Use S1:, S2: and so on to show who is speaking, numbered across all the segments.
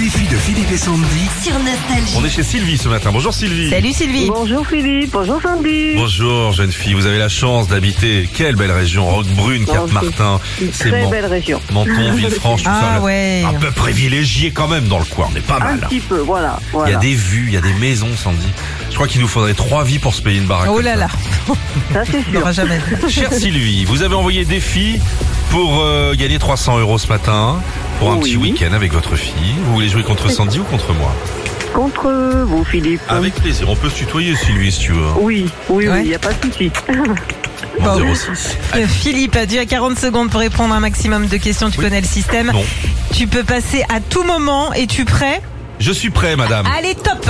S1: Suffit de Philippe et Sandy.
S2: sur Nostalgie.
S3: On est chez Sylvie ce matin. Bonjour Sylvie.
S4: Salut Sylvie.
S5: Bonjour Philippe, bonjour Sandy.
S3: Bonjour jeune fille, vous avez la chance d'habiter quelle belle région, Roquebrune, Cap-Martin,
S5: Une
S3: c'est
S5: très
S3: Mon-
S5: belle région.
S3: Menton, Villefranche, tout
S4: Ah
S3: ça.
S4: ouais.
S3: Un peu privilégié quand même dans le coin, on est pas
S5: Un
S3: mal. hein.
S5: petit peu, voilà.
S3: Il y a
S5: voilà.
S3: des vues, il y a des maisons Sandy. Je crois qu'il nous faudrait trois vies pour se payer une baraque.
S4: Oh
S3: comme
S4: là
S3: ça.
S4: là,
S5: Ça c'est
S4: on
S5: sûr.
S4: n'aura jamais.
S3: Chère Sylvie, vous avez envoyé défi pour euh, gagner 300 euros ce matin pour un
S5: Oui.
S3: petit week-end avec votre fille. Vous voulez jouer contre Sandy ou contre moi
S5: Contre vous Philippe.
S3: Avec plaisir, on peut se tutoyer Sylvie si tu veux.
S5: Oui, oui, oui,
S4: Ouais.
S5: il n'y a pas de souci.
S3: Bon,
S4: Bon.
S3: 06.
S4: Euh, Philippe, tu as 40 secondes pour répondre à un maximum de questions. Tu
S3: Oui.
S4: connais le système.
S3: Non.
S4: Tu peux passer à tout moment. Es-tu prêt
S3: Je suis prêt madame.
S4: Allez, top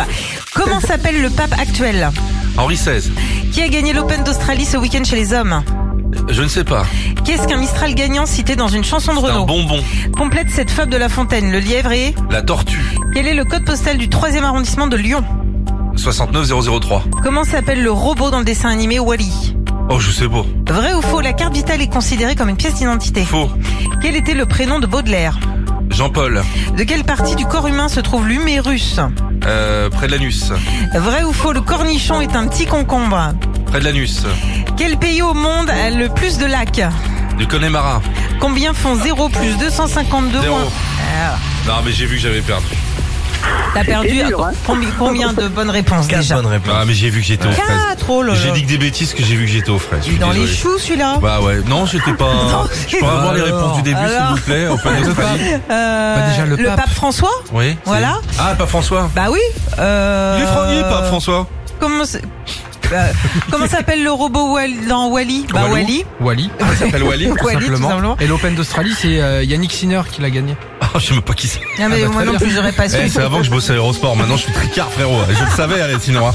S4: Comment s'appelle le pape actuel
S3: Henri XVI.
S4: Qui a gagné l'Open d'Australie ce week-end chez les hommes
S3: Je ne sais pas.
S4: Qu'est-ce qu'un Mistral gagnant cité dans une chanson de
S3: C'est un
S4: Renault
S3: bonbon.
S4: Complète cette fable de La Fontaine, le lièvre et...
S3: La tortue.
S4: Quel est le code postal du 3e arrondissement de Lyon
S3: 69003.
S4: Comment s'appelle le robot dans le dessin animé Wally
S3: Oh, je sais pas.
S4: Vrai ou faux, la carte vitale est considérée comme une pièce d'identité
S3: Faux.
S4: Quel était le prénom de Baudelaire
S3: Jean-Paul.
S4: De quelle partie du corps humain se trouve l'humérus
S3: Euh, près de l'anus.
S4: Vrai ou faux, le cornichon est un petit concombre
S3: Près de l'anus.
S4: Quel pays au monde a le plus de lacs
S3: Du Connemara.
S4: Combien font 0 plus 252
S3: Zéro.
S4: moins Ah,
S3: Non, mais j'ai vu que j'avais perdu.
S4: T'as perdu
S5: dur, hein.
S4: combi- combien de bonnes réponses déjà
S3: Ah, mais j'ai vu que j'étais au frais.
S4: Quatre, oh là là.
S3: J'ai dit que des bêtises que j'ai vu que j'étais au frais. Je
S4: Il
S3: suis
S4: est dans les
S3: désolé.
S4: choux celui-là
S3: Bah ouais. Non, j'étais pas.
S4: Non,
S3: Je pourrais avoir les
S6: Alors.
S3: réponses du début, s'il
S4: Alors.
S3: vous plaît. Open d'Australie.
S4: Euh,
S6: Bah, déjà, le pape.
S4: François
S3: Oui. c'est-
S4: Voilà.
S3: Ah, pas François.
S4: Bah oui euh,
S3: Il est Fran- il est pas François.
S4: Comment c'est- bah, comment s'appelle le robot Wall- dans Wally Bah
S3: Wallou.
S4: Wally
S6: Wally,
S3: Ah, il s'appelle Wally.
S6: tout
S4: Wally, tout
S6: simplement.
S4: simplement.
S6: Et l'Open d'Australie, c'est euh, Yannick Sinner qui l'a gagné.
S3: Ah, je sais même pas qui c'est.
S4: Non mais
S6: Ah bah,
S4: moi
S6: très
S4: non
S6: bien.
S4: plus j'aurais pas su.
S3: Eh, c'est avant que je bossais à Eurosport. Maintenant, je suis tricard, frérot. Je le savais, allez, sinon. hein.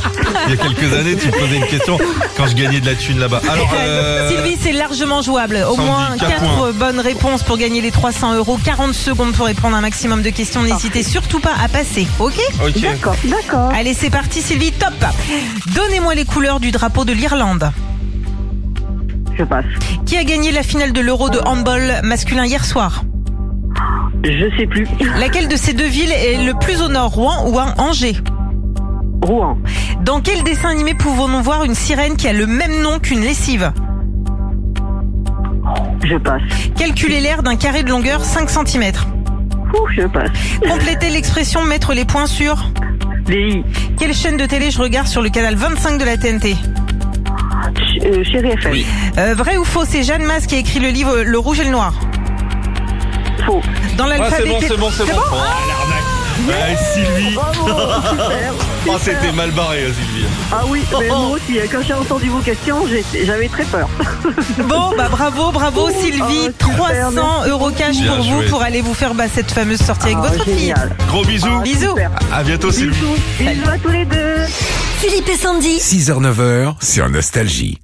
S3: Il y a quelques années, tu me posais une question quand je gagnais de la thune là-bas. Alors, euh,
S4: Sylvie, c'est largement jouable. Au
S3: Sandy,
S4: moins
S3: quatre
S4: 4
S3: points.
S4: bonnes réponses pour gagner les 300 euros. 40 secondes pour répondre à un maximum de questions. N'hésitez surtout pas à passer, ok
S3: ok.
S5: D'accord, d'accord.
S3: Ah.
S4: Allez, c'est parti Sylvie, top Donnez-moi les couleurs du drapeau de l'Irlande.
S5: Je passe.
S4: Qui a gagné la finale de l'Euro de handball masculin hier soir
S5: Je sais plus.
S4: Laquelle de ces deux villes est le plus au nord, Rouen ou An- Angers
S5: Rouen.
S4: Dans quel dessin animé pouvons-nous voir une sirène qui a le même nom qu'une lessive
S5: Je passe.
S4: Calculez l'air d'un carré de longueur 5 cm.
S5: Ouh, je passe.
S4: Complétez l'expression mettre les points sur.
S5: Les i.
S4: Quelle chaîne de télé je regarde sur le canal 25 de la TNT
S5: Ch- euh, chérie FM.
S3: Oui.
S4: Euh, Vrai ou faux, c'est Jeanne Masse qui a écrit le livre Le Rouge et le Noir.
S5: Faux.
S4: Dans
S3: Ah, c'est
S4: l'alphabet.
S3: bon, c'est bon, c'est bon. Oh, l'arnaque. Ah, Sylvie.
S5: Super,
S3: Oh,
S5: Oh, super.
S3: c'était mal barré, hein, Sylvie.
S5: Ah oui, mais moi aussi, hein, quand j'ai entendu vos questions, j'ai- j'avais très peur.
S4: Bon, bah bravo, bravo Sylvie.
S5: Oh, super,
S4: 300 euros cash
S3: Bien
S4: pour
S3: joué.
S4: vous pour aller vous faire bah, cette fameuse sortie avec
S5: Ah,
S4: votre fille.
S5: génial.
S3: Gros
S5: Ah,
S3: bisous.
S4: Bisous.
S5: Super.
S3: À bientôt, Sylvie.
S5: Bisous. Bisous à tous les deux.
S2: Philippe et Sandy.
S1: 6h, 9h sur Nostalgie.